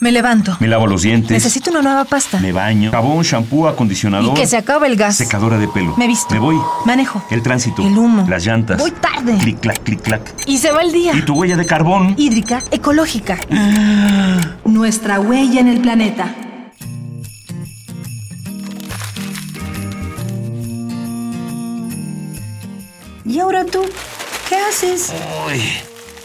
Me levanto. Me lavo los dientes. Necesito una nueva pasta. Me baño. Jabón, shampoo, acondicionador. Y que se acabe el gas. Secadora de pelo. Me visto. Me voy. Manejo. El tránsito. El humo. Las llantas. Voy tarde. Clic, clac, clic, clac. Y se va el día. Y tu huella de carbón. Hídrica, ecológica. Ah. Nuestra huella en el planeta. ¿Y ahora tú? ¿Qué haces? Ay,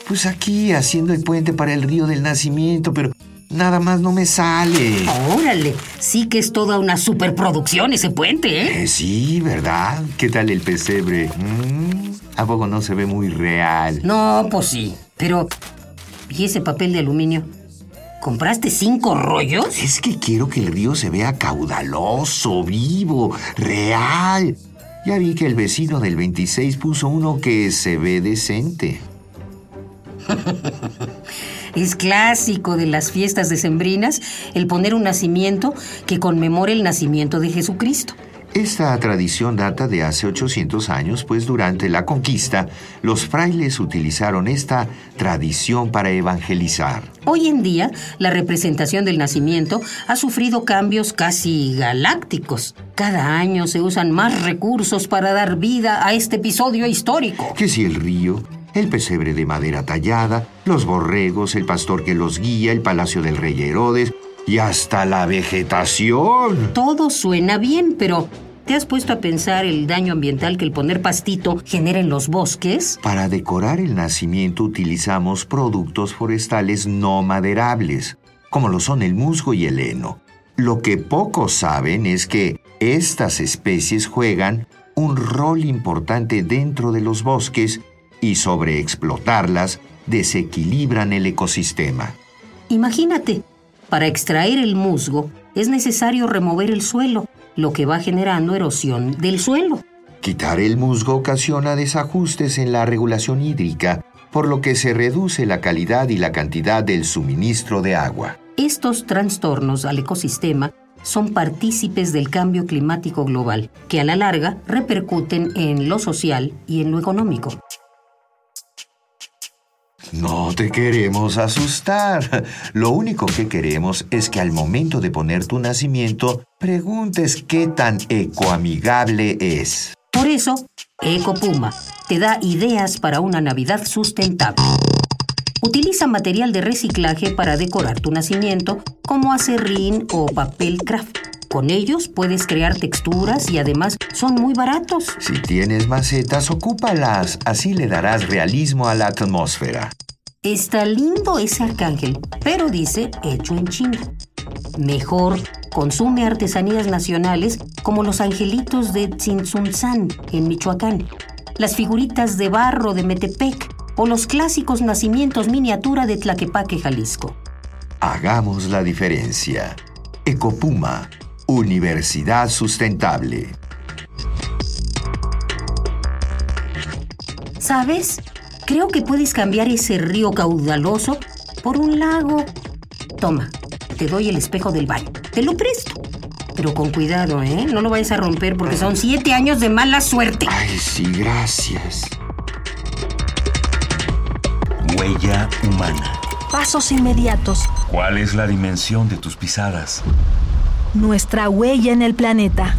pues aquí haciendo el puente para el río del nacimiento, pero nada más no me sale. Órale, sí que es toda una superproducción ese puente, ¿eh? Eh, sí, ¿verdad? ¿Qué tal el pesebre? Mm, ¿A poco no se ve muy real? No, pues sí. Pero, ¿y ese papel de aluminio? ¿Compraste cinco rollos? Es que quiero que el río se vea caudaloso, vivo, real. Ya vi que el vecino del 26 puso uno que se ve decente. Es clásico de las fiestas decembrinas el poner un nacimiento que conmemore el nacimiento de Jesucristo. Esta tradición data de hace 800 años, pues durante la conquista los frailes utilizaron esta tradición para evangelizar. Hoy en día, la representación del nacimiento ha sufrido cambios casi galácticos. Cada año se usan más recursos para dar vida a este episodio histórico. Que si el río, el pesebre de madera tallada, los borregos, el pastor que los guía, el palacio del rey Herodes y hasta la vegetación. Todo suena bien, pero ¿te has puesto a pensar el daño ambiental que el poner pastito genera en los bosques? Para decorar el nacimiento utilizamos productos forestales no maderables, como lo son el musgo y el heno. Lo que pocos saben es que estas especies juegan un rol importante dentro de los bosques y sobreexplotarlas desequilibran el ecosistema. Imagínate, para extraer el musgo es necesario remover el suelo, lo que va generando erosión del suelo. Quitar el musgo ocasiona desajustes en la regulación hídrica, por lo que se reduce la calidad y la cantidad del suministro de agua. Estos trastornos al ecosistema son partícipes del cambio climático global, que a la larga repercuten en lo social y en lo económico. No te queremos asustar. Lo único que queremos es que al momento de poner tu nacimiento, preguntes qué tan ecoamigable es. Por eso, Ecopuma te da ideas para una Navidad sustentable. Utiliza material de reciclaje para decorar tu nacimiento, como acerrín o papel craft. Con ellos puedes crear texturas y además son muy baratos. Si tienes macetas, ocúpalas. Así le darás realismo a la atmósfera. Está lindo ese arcángel, pero dice hecho en China. Mejor, consume artesanías nacionales como los angelitos de Tzintzuntzán en Michoacán, las figuritas de barro de Metepec o los clásicos nacimientos miniatura de Tlaquepaque, Jalisco. Hagamos la diferencia. Ecopuma, Universidad Sustentable. ¿Sabes? Creo que puedes cambiar ese río caudaloso por un lago. Toma, te doy el espejo del baño. Te lo presto. Pero con cuidado, ¿eh? No lo vayas a romper porque son siete años de mala suerte. Ay, sí, gracias. Huella humana. Pasos inmediatos. ¿Cuál es la dimensión de tus pisadas? Nuestra huella en el planeta.